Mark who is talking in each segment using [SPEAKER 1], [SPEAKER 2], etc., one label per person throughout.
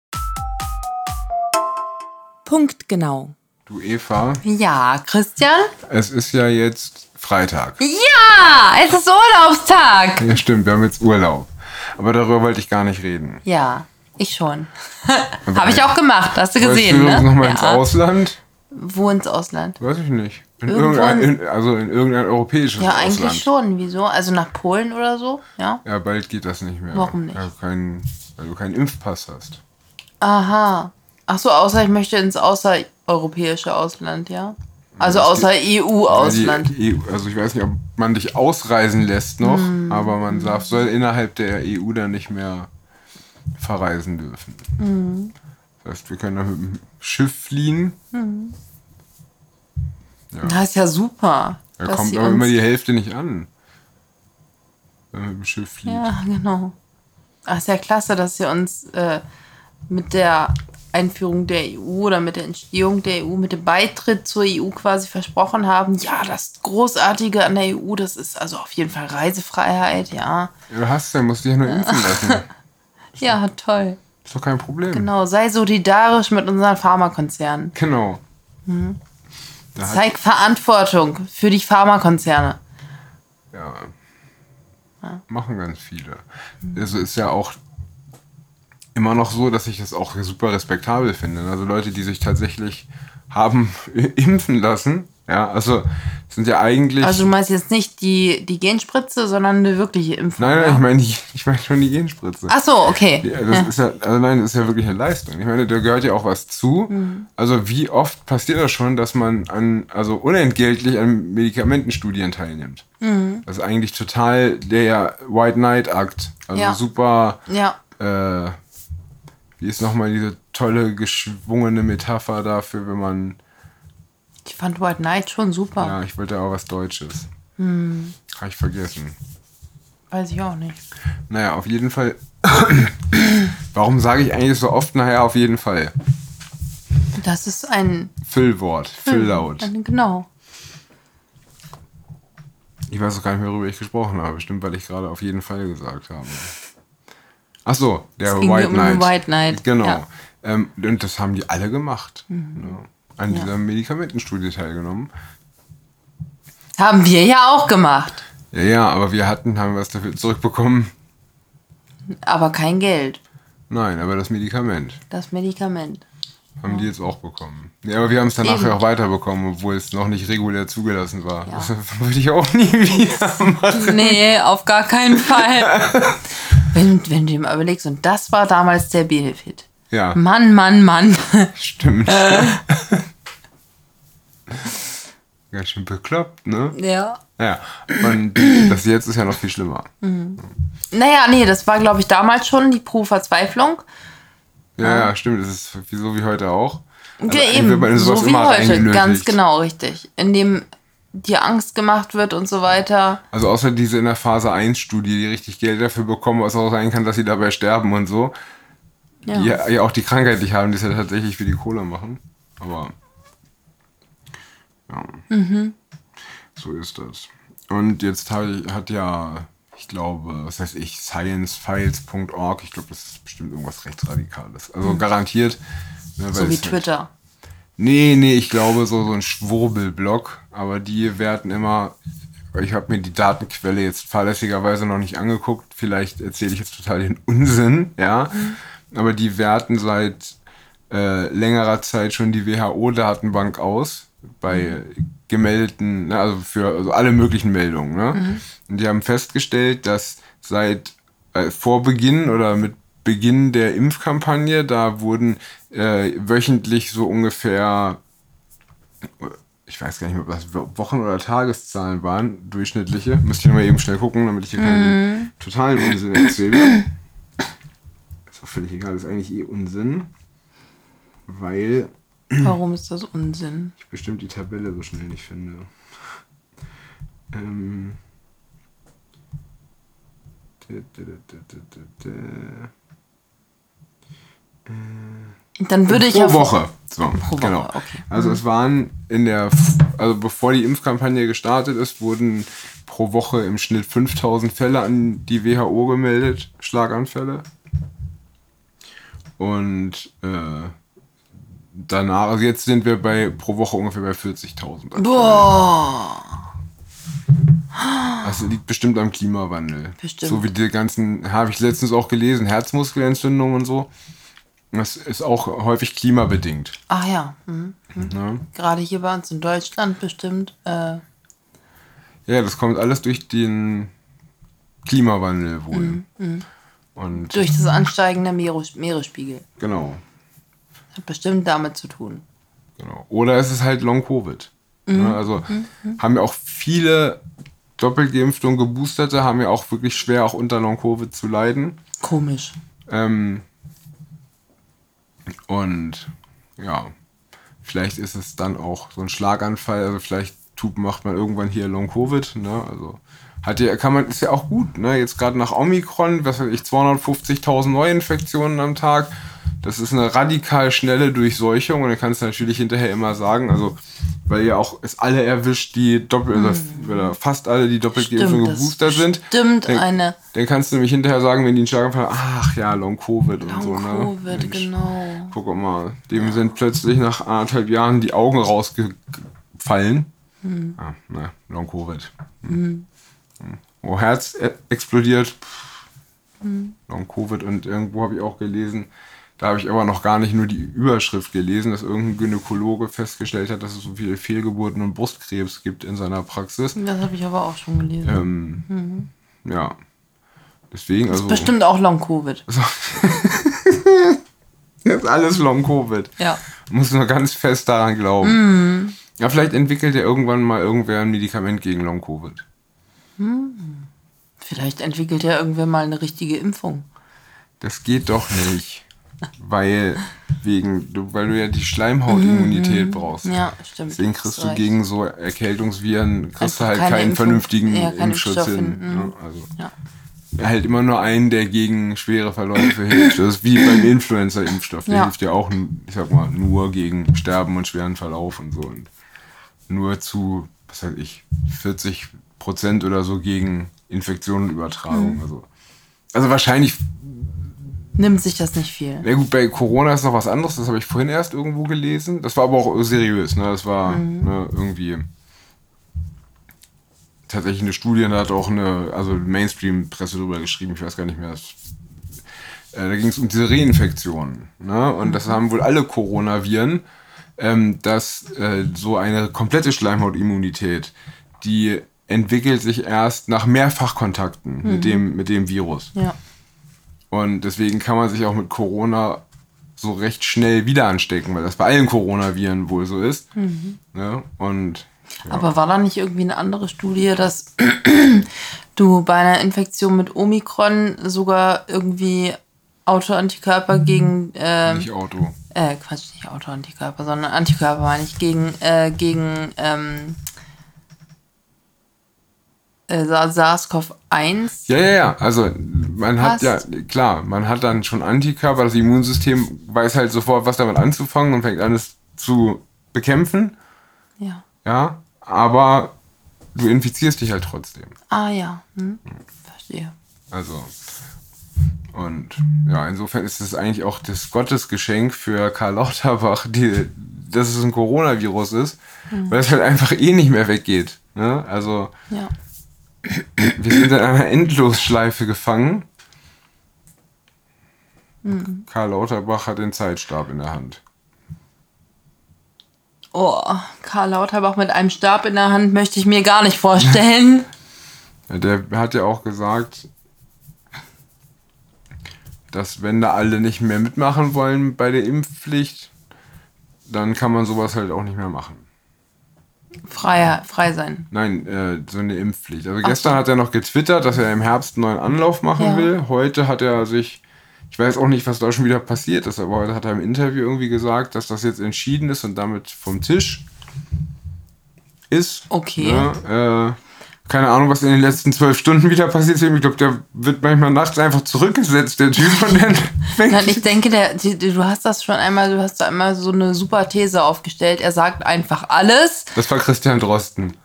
[SPEAKER 1] genau.
[SPEAKER 2] Punktgenau.
[SPEAKER 3] Du Eva,
[SPEAKER 1] Ja, Christian?
[SPEAKER 3] es ist ja jetzt Freitag.
[SPEAKER 1] Ja, es ist Urlaubstag.
[SPEAKER 3] Ja, stimmt, wir haben jetzt Urlaub. Aber darüber wollte ich gar nicht reden.
[SPEAKER 1] Ja, ich schon. Habe ich auch gemacht, hast du
[SPEAKER 3] Wolltest
[SPEAKER 1] gesehen,
[SPEAKER 3] du
[SPEAKER 1] ne?
[SPEAKER 3] nochmal
[SPEAKER 1] ja.
[SPEAKER 3] ins Ausland?
[SPEAKER 1] Wo ins Ausland?
[SPEAKER 3] Weiß ich nicht. In
[SPEAKER 1] Irgendwo
[SPEAKER 3] irgendein,
[SPEAKER 1] in-
[SPEAKER 3] in, also in irgendein europäisches
[SPEAKER 1] Ja,
[SPEAKER 3] Ausland.
[SPEAKER 1] eigentlich schon. Wieso? Also nach Polen oder so? Ja.
[SPEAKER 3] Ja, bald geht das nicht mehr.
[SPEAKER 1] Warum nicht?
[SPEAKER 3] Weil du keinen, weil du keinen Impfpass hast.
[SPEAKER 1] Aha. Ach so, außer ich möchte ins außereuropäische Ausland, ja? Also außer EU-Ausland.
[SPEAKER 3] Weil Die, EU, also ich weiß nicht, ob man dich ausreisen lässt noch,
[SPEAKER 1] Hm.
[SPEAKER 3] aber man darf, soll innerhalb der EU dann nicht mehr verreisen dürfen.
[SPEAKER 1] Hm.
[SPEAKER 3] Das heißt, wir können dann mit dem Schiff fliehen.
[SPEAKER 1] Das ist ja super.
[SPEAKER 3] Da
[SPEAKER 1] dass
[SPEAKER 3] kommt
[SPEAKER 1] sie
[SPEAKER 3] aber
[SPEAKER 1] uns-
[SPEAKER 3] immer die Hälfte nicht an. Wenn man mit dem Schiff fliegt.
[SPEAKER 1] Ja, genau. Ach, ist ja klasse, dass ihr uns äh, mit der Einführung der EU oder mit der Entstehung der EU, mit dem Beitritt zur EU quasi versprochen haben. Ja, das Großartige an der EU, das ist also auf jeden Fall Reisefreiheit, ja.
[SPEAKER 3] Du hast ja, musst dich ja nur impfen lassen.
[SPEAKER 1] Ja, toll.
[SPEAKER 3] Ist doch kein Problem.
[SPEAKER 1] Genau, sei solidarisch mit unseren Pharmakonzernen.
[SPEAKER 3] Genau. Da hat,
[SPEAKER 1] Zeig Verantwortung für die Pharmakonzerne.
[SPEAKER 3] ja, machen ganz viele. Also ist ja auch immer noch so, dass ich das auch super respektabel finde. Also Leute, die sich tatsächlich haben impfen lassen, ja, also sind ja eigentlich.
[SPEAKER 1] Also du meinst jetzt nicht die, die Genspritze, sondern eine wirkliche Impfung.
[SPEAKER 3] nein, nein,
[SPEAKER 1] ja?
[SPEAKER 3] ich meine die- ich meine schon die Genspritze.
[SPEAKER 1] Ach so, okay.
[SPEAKER 3] Ja, das ist ja, also nein, das ist ja wirklich eine Leistung. Ich meine, da gehört ja auch was zu.
[SPEAKER 1] Mhm.
[SPEAKER 3] Also wie oft passiert das schon, dass man an, also unentgeltlich an Medikamentenstudien teilnimmt?
[SPEAKER 1] Mhm.
[SPEAKER 3] Das ist eigentlich total der White Knight Akt. Also
[SPEAKER 1] Ja.
[SPEAKER 3] super,
[SPEAKER 1] Ja.
[SPEAKER 3] äh, wie ist nochmal diese tolle, geschwungene Metapher dafür, wenn man,
[SPEAKER 1] Ich fand White Knight schon super.
[SPEAKER 3] ja, ich wollte auch was Deutsches.
[SPEAKER 1] Mhm.
[SPEAKER 3] Habe ich vergessen.
[SPEAKER 1] Weiß ich auch nicht.
[SPEAKER 3] Naja, auf jeden Fall. Warum sage ich eigentlich so oft, naja, auf jeden Fall?
[SPEAKER 1] Das ist ein.
[SPEAKER 3] Füllwort,
[SPEAKER 1] Hm.
[SPEAKER 3] Fülllaut.
[SPEAKER 1] Ein- Genau.
[SPEAKER 3] Ich weiß auch gar nicht mehr, worüber ich gesprochen habe. Bestimmt, weil ich gerade auf jeden Fall gesagt habe. Ach so, der
[SPEAKER 1] ging
[SPEAKER 3] White
[SPEAKER 1] um den
[SPEAKER 3] Knight.
[SPEAKER 1] White Knight,
[SPEAKER 3] Genau.
[SPEAKER 1] ja. Mhm.
[SPEAKER 3] Ähm, und das haben die alle gemacht. Ne? An dieser Medikamentenstudie teilgenommen.
[SPEAKER 1] Haben wir ja auch gemacht.
[SPEAKER 3] Ja, ja, aber wir hatten, haben was dafür zurückbekommen.
[SPEAKER 1] Aber kein Geld.
[SPEAKER 3] Nein, aber das Medikament
[SPEAKER 1] Das Medikament.
[SPEAKER 3] haben die jetzt auch bekommen. Ja, aber wir haben es dann
[SPEAKER 1] Eben.
[SPEAKER 3] nachher auch weiterbekommen, obwohl es noch nicht regulär zugelassen war.
[SPEAKER 1] Ja.
[SPEAKER 3] Das würde ich auch nie wieder machen.
[SPEAKER 1] Nee, auf gar keinen Fall. Wenn, wenn du dir mal überlegst, und das war damals der Benefit.
[SPEAKER 3] Ja,
[SPEAKER 1] Mann, Mann, Mann.
[SPEAKER 3] stimmt.
[SPEAKER 1] Äh.
[SPEAKER 3] Ganz schön bekloppt, ne?
[SPEAKER 1] Ja.
[SPEAKER 3] Ja, und das jetzt ist ja noch viel schlimmer.
[SPEAKER 1] Naja, nee, das war, glaube ich, damals schon die pure Verzweiflung.
[SPEAKER 3] Ja, ja, stimmt, das ist so wie heute auch. Also
[SPEAKER 1] ja,
[SPEAKER 3] eigentlich
[SPEAKER 1] eben.
[SPEAKER 3] wird man in sowas
[SPEAKER 1] so wie
[SPEAKER 3] immer
[SPEAKER 1] heute.
[SPEAKER 3] reingenötigt.
[SPEAKER 1] Ganz genau, richtig. Indem dir Angst gemacht wird und so weiter.
[SPEAKER 3] Also außer diese in der Phase 1 Studie, die richtig Geld dafür bekommen, was auch sein kann, dass sie dabei sterben und so.
[SPEAKER 1] Ja.
[SPEAKER 3] Die ja, ja auch die Krankheit nicht haben, die es ja tatsächlich für die Cola machen. Aber ja.
[SPEAKER 1] Mhm.
[SPEAKER 3] So ist das. Und jetzt hab ich, hat ja, ich glaube, was heißt ich, sciencefiles.org, ich glaube, das ist bestimmt irgendwas rechtsradikales. Also garantiert. ne, weil
[SPEAKER 1] Mhm. So wie
[SPEAKER 3] es halt-
[SPEAKER 1] Twitter.
[SPEAKER 3] Nee, nee, ich glaube so, so ein Schwurbelblock. Aber die werden immer. Ich habe mir die Datenquelle jetzt fahrlässigerweise noch nicht angeguckt. Vielleicht erzähle ich jetzt total den Unsinn, ja. Aber die werten seit äh, längerer Zeit schon die WHO-Datenbank aus bei gemeldeten, ne, also für also alle möglichen Meldungen. Ne? Und die haben festgestellt, dass seit äh, vor Beginn oder mit Beginn der Impfkampagne, da wurden äh, wöchentlich so ungefähr, ich weiß gar nicht mehr, was Wo- Wochen- oder Tageszahlen waren, durchschnittliche. Müsste ich nochmal eben schnell gucken, damit ich hier keinen totalen Unsinn erzähle. Ist auch völlig egal, ist eigentlich eh Unsinn, weil
[SPEAKER 1] Warum ist das Unsinn?
[SPEAKER 3] ich bestimmt die Tabelle so schnell nicht finde. Ähm. Da, da, da, da, da, da, da.
[SPEAKER 1] Dann würde ich
[SPEAKER 3] pro
[SPEAKER 1] ja
[SPEAKER 3] Woche. So,
[SPEAKER 1] Woche,
[SPEAKER 3] genau.
[SPEAKER 1] okay. Mhm.
[SPEAKER 3] Also es waren in der, also bevor die Impfkampagne gestartet ist, wurden pro Woche im Schnitt 5000 Fälle an die WHO gemeldet, Schlaganfälle. Und äh, danach, also jetzt sind wir bei pro Woche ungefähr bei 40.000.
[SPEAKER 1] Boah.
[SPEAKER 3] Das Also liegt bestimmt am Klimawandel.
[SPEAKER 1] Ah. Bestimmt.
[SPEAKER 3] So wie die ganzen, habe ich letztens auch gelesen, Herzmuskelentzündungen und so. Das ist auch häufig klimabedingt.
[SPEAKER 1] Ach ja. Mhm.
[SPEAKER 3] Ne?
[SPEAKER 1] Gerade hier bei uns in Deutschland bestimmt. Äh,
[SPEAKER 3] Ja, das kommt alles durch den Klimawandel wohl. Und
[SPEAKER 1] durch das Ansteigen der Meeres Meeresspiegel.
[SPEAKER 3] genau,
[SPEAKER 1] Hat bestimmt damit zu tun.
[SPEAKER 3] genau. Oder es ist halt Long Covid. Ne? Also haben ja auch viele Doppelgeimpfte und Geboosterte haben ja auch wirklich schwer auch unter Long Covid zu leiden.
[SPEAKER 1] Komisch.
[SPEAKER 3] Ähm, und ja, vielleicht ist es dann auch so ein Schlaganfall. Also vielleicht tut, macht man irgendwann hier Long Covid. Ne? Also hat ja, kann man, ist ja auch gut. Ne? Jetzt gerade nach Omikron, was weiß ich, 250.000 Neuinfektionen am Tag. Das ist eine radikal schnelle Durchseuchung und dann kannst du natürlich hinterher immer sagen, also weil ja auch es alle erwischt, die doppelt oder, oder fast alle, die doppelt geimpft und geboostert sind.
[SPEAKER 1] Hm. stimmt
[SPEAKER 3] Denk-
[SPEAKER 1] eine
[SPEAKER 3] Dann kannst du nämlich hinterher sagen, wenn die einen Schlaganfall haben, ach ja, Long-Covid und so, ne?
[SPEAKER 1] Covid,
[SPEAKER 3] Mensch,
[SPEAKER 1] genau.
[SPEAKER 3] Guck mal, dem sind plötzlich nach anderthalb Jahren die Augen rausgefallen. Ah, na, Long-Covid. Hm. Wo Herz e- explodiert, pff, Long-Covid. Und irgendwo habe ich auch gelesen, da habe ich aber noch gar nicht nur die Überschrift gelesen, dass irgendein Gynäkologe festgestellt hat, dass es so viele Fehlgeburten und Brustkrebs gibt in seiner Praxis.
[SPEAKER 1] Das habe ich aber auch schon gelesen.
[SPEAKER 3] Ähm, Ja. Deswegen, also.
[SPEAKER 1] Bestimmt auch Long-Covid.
[SPEAKER 3] Das ist alles Long-Covid.
[SPEAKER 1] Ja.
[SPEAKER 3] Muss nur ganz fest daran glauben.
[SPEAKER 1] Mm.
[SPEAKER 3] Ja, vielleicht entwickelt ja irgendwann mal irgendwer ein Medikament gegen Long-Covid.
[SPEAKER 1] Vielleicht entwickelt ja irgendwer mal eine richtige Impfung.
[SPEAKER 3] Das geht doch nicht. weil, wegen, du- weil du ja die Schleimhautimmunität brauchst.
[SPEAKER 1] Mm. Ja, stimmt.
[SPEAKER 3] Deswegen
[SPEAKER 1] hast
[SPEAKER 3] kriegst du
[SPEAKER 1] recht.
[SPEAKER 3] gegen so Erkältungsviren kriegst du
[SPEAKER 1] Einfach
[SPEAKER 3] halt
[SPEAKER 1] Also keine
[SPEAKER 3] keinen
[SPEAKER 1] Impfung.
[SPEAKER 3] vernünftigen
[SPEAKER 1] Ja, keine
[SPEAKER 3] Impfschutz
[SPEAKER 1] Impfstoffe,
[SPEAKER 3] hin.
[SPEAKER 1] mhm.
[SPEAKER 3] ne? Also.
[SPEAKER 1] Ja.
[SPEAKER 3] halt immer nur einen, der gegen schwere Verläufe hilft. Das ist wie beim Influencer-Impfstoff. Der
[SPEAKER 1] Ja.
[SPEAKER 3] hilft ja auch, ich sag mal, nur gegen Sterben und schweren Verlauf und so. Und nur zu, was weiß ich, 40 Prozent oder so gegen Infektionen und Übertragung. Also, also wahrscheinlich,
[SPEAKER 1] Nimmt sich das nicht viel.
[SPEAKER 3] na gut, bei Corona ist noch was anderes. Das habe ich vorhin erst irgendwo gelesen. Das war aber auch seriös. Ne? Das war ne, irgendwie tatsächlich eine Studie, da hat auch eine, also Mainstream-Presse drüber geschrieben, ich weiß gar nicht mehr, das äh, da ging es um diese Reinfektionen. Ne? Und das haben wohl alle Coronaviren, ähm, dass äh, so eine komplette Schleimhautimmunität, die entwickelt sich erst nach Mehrfachkontakten mit, dem, mit dem Virus.
[SPEAKER 1] Ja.
[SPEAKER 3] Und deswegen kann man sich auch mit Corona so recht schnell wieder anstecken, weil das bei allen Coronaviren wohl so ist. Ne? Und
[SPEAKER 1] Aber war da nicht irgendwie eine andere Studie, dass du bei einer Infektion mit Omikron sogar irgendwie Autoantikörper gegen äh,
[SPEAKER 3] nicht Auto.
[SPEAKER 1] äh, Quatsch, nicht Autoantikörper, sondern Antikörper meine ich, gegen, äh, gegen ähm, äh, Sa- SARS-CoV-1.
[SPEAKER 3] Ja, ja, ja. Also man hat ja,
[SPEAKER 1] Passt.
[SPEAKER 3] klar, man hat dann schon Antikörper, das Immunsystem weiß halt sofort, was damit anzufangen und fängt an, es zu bekämpfen.
[SPEAKER 1] Ja.
[SPEAKER 3] Ja, aber du infizierst dich halt trotzdem.
[SPEAKER 1] Ah ja, hm? verstehe.
[SPEAKER 3] Also. Und ja, insofern ist es eigentlich auch das Gottesgeschenk für Karl Lauterbach, die, dass es ein Coronavirus ist, weil es halt einfach eh nicht mehr weggeht. Ne? Also
[SPEAKER 1] Ja.
[SPEAKER 3] wir sind in einer Endlosschleife gefangen. Karl Lauterbach hat den Zeitstab in der Hand.
[SPEAKER 1] Oh, Karl Lauterbach mit einem Stab in der Hand möchte ich mir gar nicht vorstellen.
[SPEAKER 3] Ja, Der hat ja auch gesagt, dass wenn da alle nicht mehr mitmachen wollen bei der Impfpflicht, dann kann man sowas halt auch nicht mehr machen.
[SPEAKER 1] Frei, frei sein.
[SPEAKER 3] Nein, äh, so eine Impfpflicht. Also gestern hat er noch getwittert, dass er im Herbst einen neuen Anlauf machen
[SPEAKER 1] Ja.
[SPEAKER 3] will. Heute hat er sich, ich weiß auch nicht, was da schon wieder passiert ist, aber heute hat er im Interview irgendwie gesagt, dass das jetzt entschieden ist und damit vom Tisch ist.
[SPEAKER 1] Okay.
[SPEAKER 3] Ne? Äh, keine Ahnung, was in den letzten zwölf Stunden wieder passiert ist. Ich glaube, der wird manchmal nachts einfach zurückgesetzt, der Typ. Und dann fängt
[SPEAKER 1] Nein, ich denke, der, die, die, du hast das schon einmal, du hast da einmal so eine super These aufgestellt. Er sagt einfach alles.
[SPEAKER 3] das war Christian Drosten.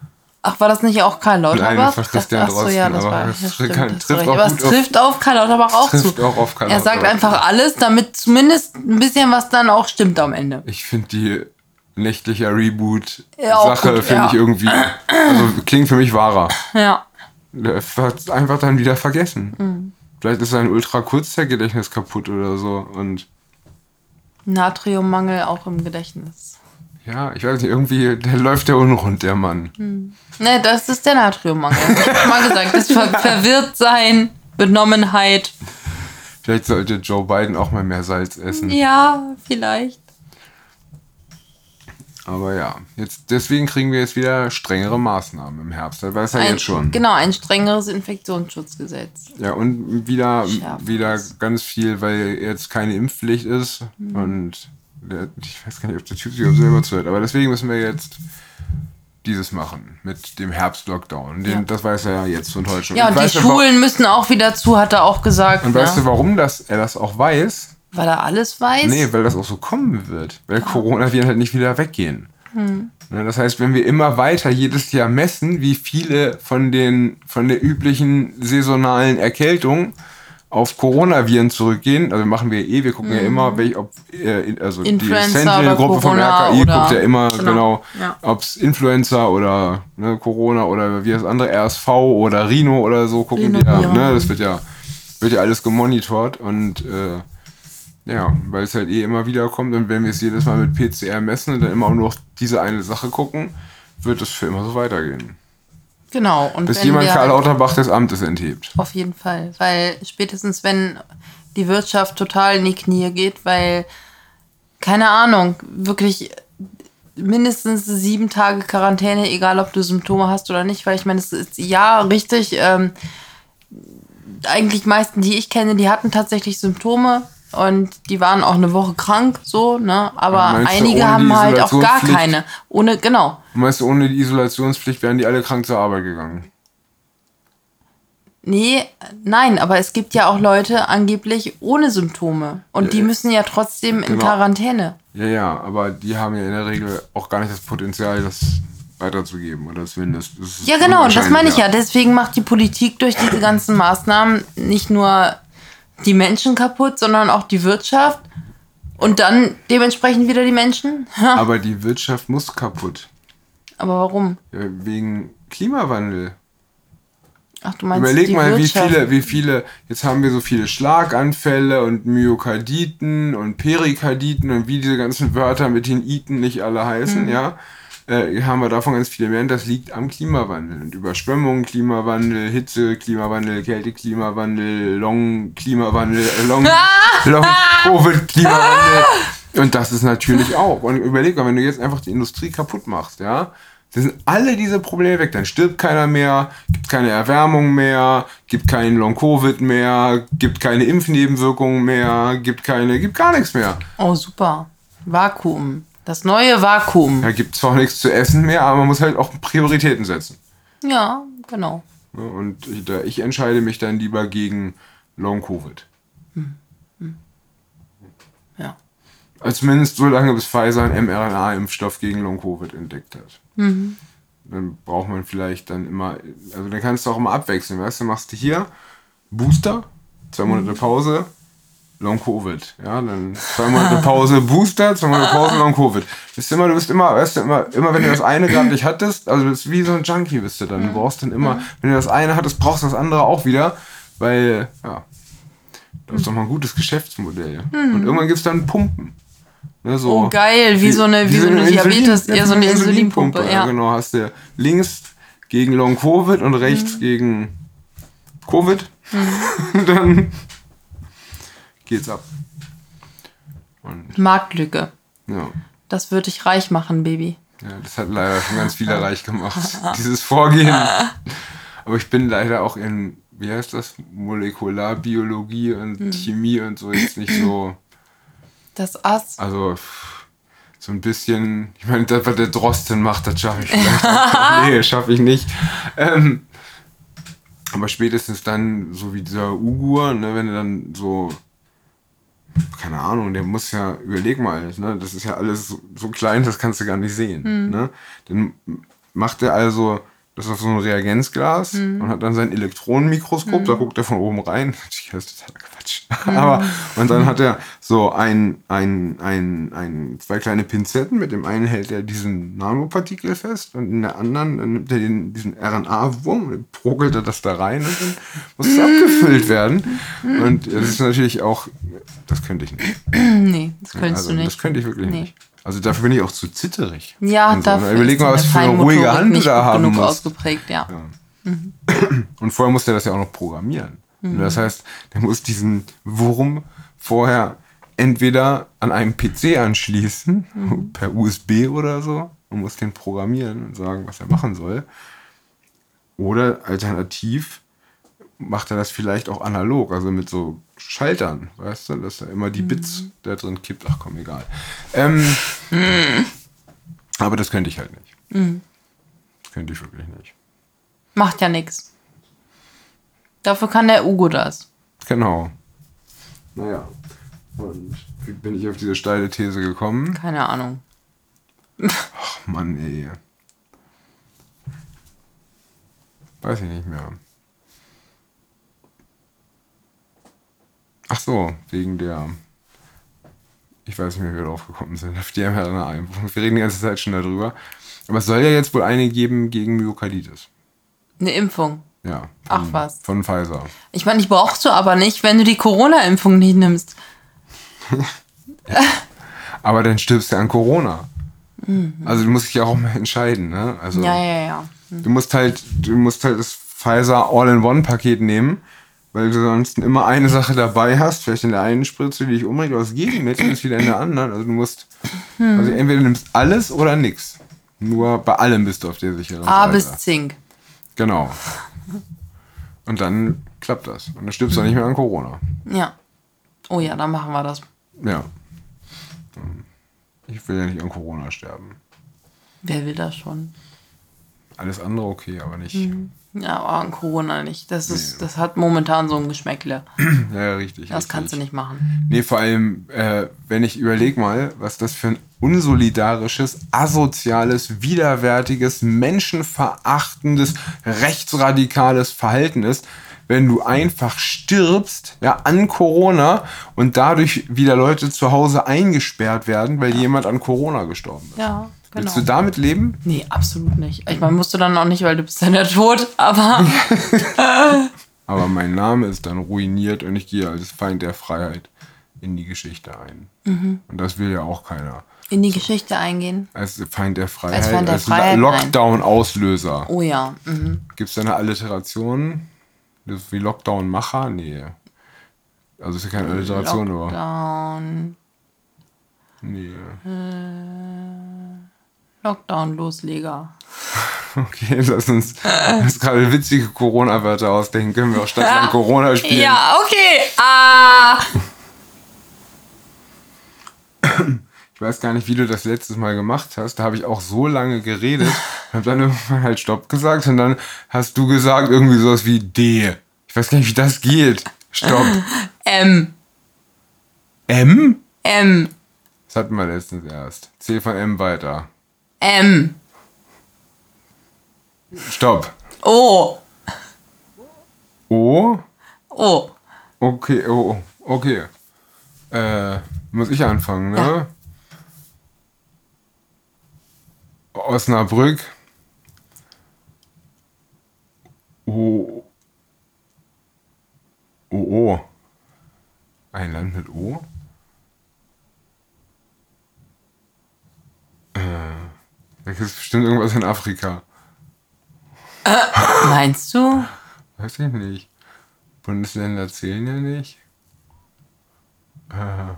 [SPEAKER 1] Ach, war das nicht auch Karl Lauterbach?
[SPEAKER 3] Nein, das war Christian
[SPEAKER 1] Ach so, ja,
[SPEAKER 3] Drosten,
[SPEAKER 1] das
[SPEAKER 3] aber
[SPEAKER 1] war
[SPEAKER 3] das
[SPEAKER 1] ja, stimmt,
[SPEAKER 3] kann-
[SPEAKER 1] das ist
[SPEAKER 3] trifft
[SPEAKER 1] recht.
[SPEAKER 3] auch
[SPEAKER 1] Aber es
[SPEAKER 3] gut auf-
[SPEAKER 1] trifft auf Karl Lauterbach auch
[SPEAKER 3] Trifft
[SPEAKER 1] zu.
[SPEAKER 3] auch auf Karl
[SPEAKER 1] er sagt
[SPEAKER 3] Lauterbach.
[SPEAKER 1] einfach alles, damit zumindest ein bisschen was dann auch stimmt am Ende.
[SPEAKER 3] Ich finde die
[SPEAKER 1] Ja,
[SPEAKER 3] nächtlicher
[SPEAKER 1] auch
[SPEAKER 3] Reboot-Sache,
[SPEAKER 1] gut,
[SPEAKER 3] finde
[SPEAKER 1] ja.
[SPEAKER 3] ich irgendwie, also klingt für mich wahrer.
[SPEAKER 1] Ja.
[SPEAKER 3] Der hat's einfach dann wieder vergessen. Vielleicht ist sein Ultra-Kurzzeitgedächtnis kaputt oder so. Und
[SPEAKER 1] Natriummangel auch im Gedächtnis.
[SPEAKER 3] ja, ich weiß nicht, irgendwie, der läuft der unrund, der Mann.
[SPEAKER 1] Ne, das ist der Natriummangel. Ich hab mal gesagt, das Ver verwirrt sein, Benommenheit.
[SPEAKER 3] Vielleicht sollte Joe Biden auch mal mehr Salz essen.
[SPEAKER 1] Mhm. Ja, vielleicht.
[SPEAKER 3] Aber ja, jetzt, deswegen kriegen wir jetzt wieder strengere Maßnahmen im Herbst. Das weiß er
[SPEAKER 1] Ein,
[SPEAKER 3] jetzt schon.
[SPEAKER 1] Genau, ein strengeres Infektionsschutzgesetz.
[SPEAKER 3] Ja, und wieder,
[SPEAKER 1] Schärfer
[SPEAKER 3] wieder ganz viel, weil jetzt keine Impfpflicht ist.
[SPEAKER 1] Mhm.
[SPEAKER 3] Und der, ich weiß gar nicht, ob der Typ sich auch selber zuhört. Aber deswegen müssen wir jetzt dieses machen mit dem Herbst-Lockdown. Den,
[SPEAKER 1] Ja.
[SPEAKER 3] Das weiß er ja jetzt und heute schon.
[SPEAKER 1] Ja, und die
[SPEAKER 3] weißt du, wa-
[SPEAKER 1] Schulen müssen auch wieder zu, hat er auch gesagt.
[SPEAKER 3] Und
[SPEAKER 1] ne?
[SPEAKER 3] weißt du, warum das, er das auch weiß?
[SPEAKER 1] Weil er alles weiß?
[SPEAKER 3] Nee, weil das auch so kommen wird. Weil Coronaviren halt nicht wieder weggehen.
[SPEAKER 1] Hm.
[SPEAKER 3] Ne, Das heißt, wenn wir immer weiter jedes Jahr messen, wie viele von, den, von der üblichen saisonalen Erkältung auf Coronaviren zurückgehen, also machen wir eh, wir gucken
[SPEAKER 1] Hm.
[SPEAKER 3] ja immer, welch, ob äh, in- also
[SPEAKER 1] Influenza
[SPEAKER 3] die Sentinel-Gruppe
[SPEAKER 1] oder
[SPEAKER 3] vom
[SPEAKER 1] Corona
[SPEAKER 3] RKI
[SPEAKER 1] oder-
[SPEAKER 3] guckt ja immer genau,
[SPEAKER 1] genau, ja.
[SPEAKER 3] ob es Influenza oder ne, Corona oder wie das andere, RSV oder Rhino oder so gucken die ja.
[SPEAKER 1] Rhinoviren.
[SPEAKER 3] Ne, das wird ja, wird ja alles gemonitort und äh, ja, weil es halt eh immer wieder kommt und wenn wir es jedes Mal mit PCR messen und dann immer nur auf diese eine Sache gucken, wird es für immer so weitergehen.
[SPEAKER 1] Genau. Und
[SPEAKER 3] Bis
[SPEAKER 1] wenn
[SPEAKER 3] jemand
[SPEAKER 1] wir
[SPEAKER 3] Karl Lauterbach des Amtes enthebt.
[SPEAKER 1] Auf jeden Fall, weil spätestens wenn die Wirtschaft total in die Knie geht, weil, keine Ahnung, wirklich mindestens sieben Tage Quarantäne, egal ob du Symptome hast oder nicht, weil ich meine, es ist ja richtig, ähm, eigentlich die meisten, die ich kenne, die hatten tatsächlich Symptome und die waren auch eine Woche krank, so, ne? Aber
[SPEAKER 3] Meinst du,
[SPEAKER 1] einige
[SPEAKER 3] ohne
[SPEAKER 1] haben
[SPEAKER 3] die
[SPEAKER 1] halt auch gar
[SPEAKER 3] Isolationspflicht?
[SPEAKER 1] keine. Ohne, genau.
[SPEAKER 3] Und weißt du, ohne die Isolationspflicht wären die alle krank zur Arbeit gegangen.
[SPEAKER 1] Nee, nein, aber es gibt ja auch Leute angeblich ohne Symptome. Und die müssen ja trotzdem in
[SPEAKER 3] Äh, genau.
[SPEAKER 1] Quarantäne.
[SPEAKER 3] Ja, ja, aber die haben ja in der Regel auch gar nicht das Potenzial, das weiterzugeben oder zumindest. das ist
[SPEAKER 1] Ja, genau, das
[SPEAKER 3] unwahrscheinlich,
[SPEAKER 1] meine ich ja. Deswegen macht die Politik durch diese ganzen Maßnahmen nicht nur die Menschen kaputt, sondern auch die Wirtschaft. Und dann dementsprechend wieder die Menschen. Ha,
[SPEAKER 3] Aber die Wirtschaft muss kaputt.
[SPEAKER 1] Aber warum?
[SPEAKER 3] Ja, Wegen Klimawandel.
[SPEAKER 1] Ach, du meinst
[SPEAKER 3] Überleg
[SPEAKER 1] Also die
[SPEAKER 3] mal, wie
[SPEAKER 1] Wirtschaft.
[SPEAKER 3] viele, wie viele, jetzt haben wir so viele Schlaganfälle und Myokarditen und Perikarditen und wie diese ganzen Wörter mit den Iten nicht alle heißen,
[SPEAKER 1] Mhm.
[SPEAKER 3] ja. Äh, haben wir davon ganz viele mehr und das liegt am Klimawandel. Und Überschwemmung, Klimawandel, Hitze, Klimawandel, Kälte, Klimawandel, Long, Klimawandel, äh, Long, Long, Covid, Klimawandel. Und das ist natürlich auch. Und überleg mal, wenn du jetzt einfach die Industrie kaputt machst, ja, dann sind alle diese Probleme weg. Dann stirbt keiner mehr, gibt keine Erwärmung mehr, gibt keinen Long-Covid mehr, gibt keine Impfnebenwirkungen mehr, gibt keine, gibt gar nichts mehr.
[SPEAKER 1] Oh, super. Vakuum. Das neue Vakuum.
[SPEAKER 3] Da gibt zwar nichts zu essen mehr, aber man muss halt auch Prioritäten setzen.
[SPEAKER 1] Ja, genau.
[SPEAKER 3] ne? Und ich, da- ich entscheide mich dann lieber gegen Long-Covid.
[SPEAKER 1] Ja.
[SPEAKER 3] Also Zumindest so lange, bis Pfizer einen mRNA-Impfstoff gegen Long-Covid entdeckt hat. Dann braucht man vielleicht dann immer, also dann kannst du auch immer abwechseln, weißt du, machst du hier Booster, zwei Monate
[SPEAKER 1] Mhm.
[SPEAKER 3] Pause, Long-Covid, ja, dann zwei Monate Pause Booster, zwei Monate Pause Long-Covid. Bist immer, du bist immer, weißt du, immer, immer wenn du das eine gerade nicht hattest, also du bist wie so ein Junkie bist du dann,
[SPEAKER 1] Mhm.
[SPEAKER 3] du brauchst dann immer, wenn du das eine hattest, brauchst du das andere auch wieder, weil, ja, das
[SPEAKER 1] Mhm.
[SPEAKER 3] ist doch mal ein gutes Geschäftsmodell. Und irgendwann gibt es dann Pumpen. Ne, so,
[SPEAKER 1] Oh, geil, wie so eine- wie so eine Diabetes- ja, so eine Insulinpumpe, ja.
[SPEAKER 3] Genau, hast du links gegen Long Covid und
[SPEAKER 1] Mhm.
[SPEAKER 3] rechts gegen Covid. dann geht's ab. Und
[SPEAKER 1] Marktlücke.
[SPEAKER 3] ja.
[SPEAKER 1] Das würde dich reich machen, Baby.
[SPEAKER 3] Ja, das hat leider schon ganz viele reich gemacht, dieses Vorgehen. Aber ich bin leider auch in, wie heißt das, Molekularbiologie und
[SPEAKER 1] Mhm.
[SPEAKER 3] Chemie und so jetzt nicht so,
[SPEAKER 1] Das Ass.
[SPEAKER 3] also pff, so ein bisschen, ich meine, das, was der Drosten macht, das schaffe ich vielleicht auch. Nee, schaffe ich nicht. Ähm, aber spätestens dann, so wie dieser Ugur, ne, wenn er dann so keine Ahnung, der muss ja, überleg mal, ne, das ist ja alles so, so klein, das kannst du gar nicht sehen. Ne? Dann macht er also Das ist auf so einem Reagenzglas und hat dann sein Elektronenmikroskop, da guckt er von oben rein. Natürlich, Das ist totaler Quatsch. Aber, und dann hat er so ein, ein, ein, ein, zwei kleine Pinzetten. Mit dem einen hält er diesen Nanopartikel fest und in der anderen dann nimmt er den, diesen RNA-Wurm und progelt er das da rein und dann muss es abgefüllt werden. Und das ist natürlich auch, das könnte ich nicht.
[SPEAKER 1] Nee, das könntest
[SPEAKER 3] Also,
[SPEAKER 1] du
[SPEAKER 3] Das
[SPEAKER 1] nicht.
[SPEAKER 3] könnte ich wirklich
[SPEAKER 1] Nee.
[SPEAKER 3] nicht. Also dafür bin ich auch zu zitterig.
[SPEAKER 1] Ja,
[SPEAKER 3] und so.
[SPEAKER 1] dafür
[SPEAKER 3] Überleg
[SPEAKER 1] ist
[SPEAKER 3] mal, was
[SPEAKER 1] deine
[SPEAKER 3] für eine
[SPEAKER 1] Feinmotorik
[SPEAKER 3] ruhige Hand du
[SPEAKER 1] nicht
[SPEAKER 3] da
[SPEAKER 1] gut
[SPEAKER 3] haben
[SPEAKER 1] genug
[SPEAKER 3] musst.
[SPEAKER 1] ausgeprägt, ja.
[SPEAKER 3] Und vorher musste er das ja auch noch programmieren. Und Das heißt, der muss diesen Wurm vorher entweder an einem PC anschließen, per USB oder so, und muss den programmieren und sagen, was er machen soll. Oder alternativ macht er das vielleicht auch analog, also mit so Schaltern, weißt du, dass er immer die Bits da drin kippt. Ach komm, egal. Ähm, Aber das könnte ich halt nicht. Könnte ich wirklich nicht.
[SPEAKER 1] Macht ja nichts. Dafür kann der Ugo das.
[SPEAKER 3] Genau. Naja. Und wie bin ich auf diese steile These gekommen?
[SPEAKER 1] Keine Ahnung.
[SPEAKER 3] Ach Mann, ey. Weiß ich nicht mehr. Ach so, wegen der. Ich weiß nicht mehr, wie wir drauf gekommen sind. Auf die mRNA-Impfung. Wir reden die ganze Zeit schon darüber. Aber es soll ja jetzt wohl eine geben gegen Myokarditis.
[SPEAKER 1] Eine Impfung.
[SPEAKER 3] Ja.
[SPEAKER 1] Ach
[SPEAKER 3] von-
[SPEAKER 1] was.
[SPEAKER 3] Von Pfizer.
[SPEAKER 1] Ich meine, die brauchst du aber nicht, wenn du die Corona-Impfung nicht nimmst.
[SPEAKER 3] Aber dann stirbst du an Corona. Also du musst dich ja auch mal entscheiden, ne? Also
[SPEAKER 1] Mhm. Ja, ja, ja.
[SPEAKER 3] du musst halt, du musst halt das Pfizer All-in-One-Paket nehmen, weil du sonst immer eine Sache dabei hast, vielleicht in der einen Spritze, die dich umbringt, aber das Gegenmittel ist wieder in der anderen. Also du musst,
[SPEAKER 1] Hm.
[SPEAKER 3] also entweder du nimmst alles oder nichts. Nur bei allem bist du auf der sicheren
[SPEAKER 1] A
[SPEAKER 3] Seite.
[SPEAKER 1] bis Zink.
[SPEAKER 3] Genau. Und dann klappt das. Und dann stirbst du auch nicht mehr an Corona.
[SPEAKER 1] Ja. Oh ja, dann machen wir das.
[SPEAKER 3] Ja. Ich will ja nicht an Corona sterben.
[SPEAKER 1] Wer will das schon?
[SPEAKER 3] Alles andere okay, aber nicht.
[SPEAKER 1] Mhm. Ja, aber an Corona nicht. Das ist, das hat momentan so ein Geschmäckle.
[SPEAKER 3] Ja, ja, richtig.
[SPEAKER 1] Das
[SPEAKER 3] richtig.
[SPEAKER 1] kannst du nicht machen.
[SPEAKER 3] Nee, vor allem, äh, wenn ich überlege mal, was das für ein unsolidarisches, asoziales, widerwärtiges, menschenverachtendes, rechtsradikales Verhalten ist, wenn du einfach stirbst, ja, an Corona und dadurch wieder Leute zu Hause eingesperrt werden, weil jemand an Corona gestorben ist.
[SPEAKER 1] Ja, genau.
[SPEAKER 3] Willst du damit leben?
[SPEAKER 1] Nee, absolut nicht. Ich meine, musst du dann auch nicht, weil du bist dann ja tot, aber
[SPEAKER 3] Aber mein Name ist dann ruiniert und ich gehe als Feind der Freiheit in die Geschichte ein.
[SPEAKER 1] Mhm.
[SPEAKER 3] Und das will ja auch keiner.
[SPEAKER 1] in die Geschichte eingehen.
[SPEAKER 3] Als Feind der Freiheit,
[SPEAKER 1] Als
[SPEAKER 3] als,
[SPEAKER 1] Feind der Freiheit,
[SPEAKER 3] Lo-
[SPEAKER 1] nein.
[SPEAKER 3] Lockdown-Auslöser.
[SPEAKER 1] Oh ja. Mhm.
[SPEAKER 3] Gibt es da eine Alliteration? Das Wie Lockdown-Macher? Nee. Also ist ja keine Alliteration, aber.
[SPEAKER 1] Lockdown.
[SPEAKER 3] Nee.
[SPEAKER 1] Lockdown-Losleger.
[SPEAKER 3] Okay, lass uns, uns gerade witzige Corona-Wörter ausdenken. Können wir auch Stadtland Corona spielen?
[SPEAKER 1] Ja, okay. Ah.
[SPEAKER 3] Ich weiß gar nicht, wie du das letztes Mal gemacht hast. Da habe ich auch so lange geredet, habe dann irgendwann halt Stopp gesagt und dann hast du gesagt irgendwie sowas wie D. Ich weiß gar nicht, wie das geht. Stopp.
[SPEAKER 1] M.
[SPEAKER 3] M?
[SPEAKER 1] M.
[SPEAKER 3] Das hatten wir letztens erst. C von M weiter.
[SPEAKER 1] M.
[SPEAKER 3] Stopp.
[SPEAKER 1] O.
[SPEAKER 3] O?
[SPEAKER 1] O.
[SPEAKER 3] Okay, oh, okay. Äh, muss ich anfangen, ne? Osnabrück. O. O. O. Oh, Ein Land mit O? Äh, da gibt es bestimmt irgendwas in Afrika.
[SPEAKER 1] Meinst du?
[SPEAKER 3] Weiß ich nicht. Bundesländer zählen ja nicht. Äh.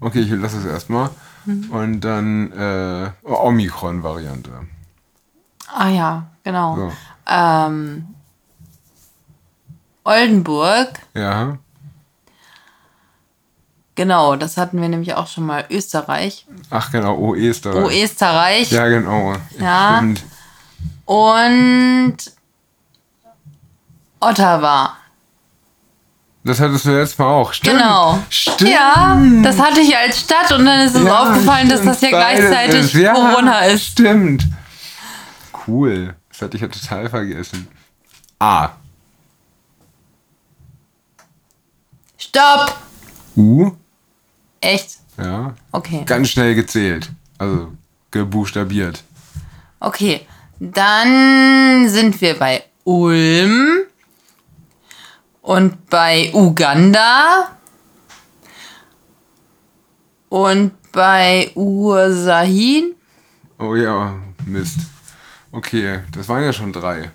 [SPEAKER 3] Okay, ich lasse es erstmal.
[SPEAKER 1] Mhm.
[SPEAKER 3] Und dann äh, Omikron-Variante.
[SPEAKER 1] Ah ja, genau.
[SPEAKER 3] So.
[SPEAKER 1] Ähm, Oldenburg.
[SPEAKER 3] Ja.
[SPEAKER 1] Genau, das hatten wir nämlich auch schon mal. Österreich.
[SPEAKER 3] Ach genau, OE ist da.
[SPEAKER 1] O Österreich.
[SPEAKER 3] Ja, genau.
[SPEAKER 1] Ja.
[SPEAKER 3] Stimmt.
[SPEAKER 1] Und Ottawa.
[SPEAKER 3] Das hattest du letztes Mal auch. Stimmt.
[SPEAKER 1] Genau.
[SPEAKER 3] Stimmt.
[SPEAKER 1] Ja, das hatte ich als Stadt und dann ist uns
[SPEAKER 3] Hm. Ja,
[SPEAKER 1] aufgefallen, dass
[SPEAKER 3] stimmt.
[SPEAKER 1] das ja
[SPEAKER 3] Beides
[SPEAKER 1] gleichzeitig
[SPEAKER 3] ist. Ja,
[SPEAKER 1] Corona ist.
[SPEAKER 3] Stimmt. cool. Das hatte ich ja total vergessen. A.
[SPEAKER 1] Stopp!
[SPEAKER 3] U.
[SPEAKER 1] Echt?
[SPEAKER 3] Ja.
[SPEAKER 1] Okay.
[SPEAKER 3] Ganz schnell gezählt. Also gebuchstabiert.
[SPEAKER 1] Okay. Dann sind wir bei Ulm und bei Uganda und bei Ursahin.
[SPEAKER 3] Oh ja, Mist. Okay, das waren ja schon drei.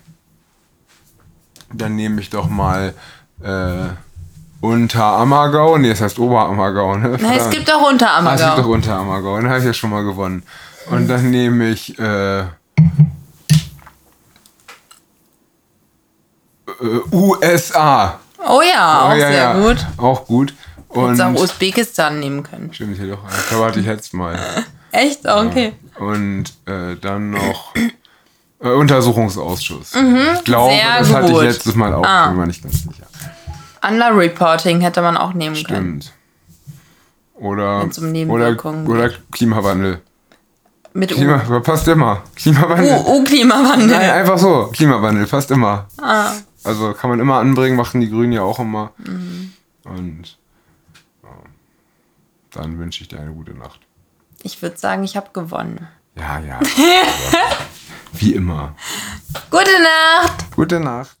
[SPEAKER 3] Dann nehme ich doch mal äh, Unterammergau. Nee, es heißt Oberammergau, ne?
[SPEAKER 1] Na, es
[SPEAKER 3] Verdammt.
[SPEAKER 1] gibt auch
[SPEAKER 3] Ah, es gibt doch
[SPEAKER 1] Unterammergau.
[SPEAKER 3] Unterammergau. Den habe ich ja schon mal gewonnen. Und dann nehme ich äh, äh, USA.
[SPEAKER 1] Oh ja, auch
[SPEAKER 3] Ah, ja,
[SPEAKER 1] sehr
[SPEAKER 3] ja.
[SPEAKER 1] gut.
[SPEAKER 3] Auch gut. Und
[SPEAKER 1] Hättest auch Usbekistan nehmen können.
[SPEAKER 3] stimmt hier doch. Ich glaube, hatte ich jetzt mal.
[SPEAKER 1] Echt? Okay.
[SPEAKER 3] Und äh, dann noch äh, Untersuchungsausschuss. ich glaube,
[SPEAKER 1] Mhm. sehr
[SPEAKER 3] das hatte ich
[SPEAKER 1] gut.
[SPEAKER 3] letztes Mal auch.
[SPEAKER 1] Ah.
[SPEAKER 3] Bin mir nicht ganz sicher.
[SPEAKER 1] Underreporting hätte man auch nehmen können.
[SPEAKER 3] Stimmt. Oder,
[SPEAKER 1] Wenn's um
[SPEAKER 3] oder,
[SPEAKER 1] Nebenwirkungen geht.
[SPEAKER 3] oder Klimawandel.
[SPEAKER 1] Mit U.
[SPEAKER 3] Klima, passt immer. Klimawandel.
[SPEAKER 1] U, Klimawandel.
[SPEAKER 3] Nein, einfach so. Klimawandel, passt immer.
[SPEAKER 1] Ah.
[SPEAKER 3] Also kann man immer anbringen, machen die Grünen ja auch immer.
[SPEAKER 1] Mhm.
[SPEAKER 3] Und ja. dann wünsche ich dir eine gute Nacht.
[SPEAKER 1] Ich würde sagen, ich habe gewonnen.
[SPEAKER 3] Ja, ja. Wie immer.
[SPEAKER 1] Gute Nacht!
[SPEAKER 3] Gute Nacht.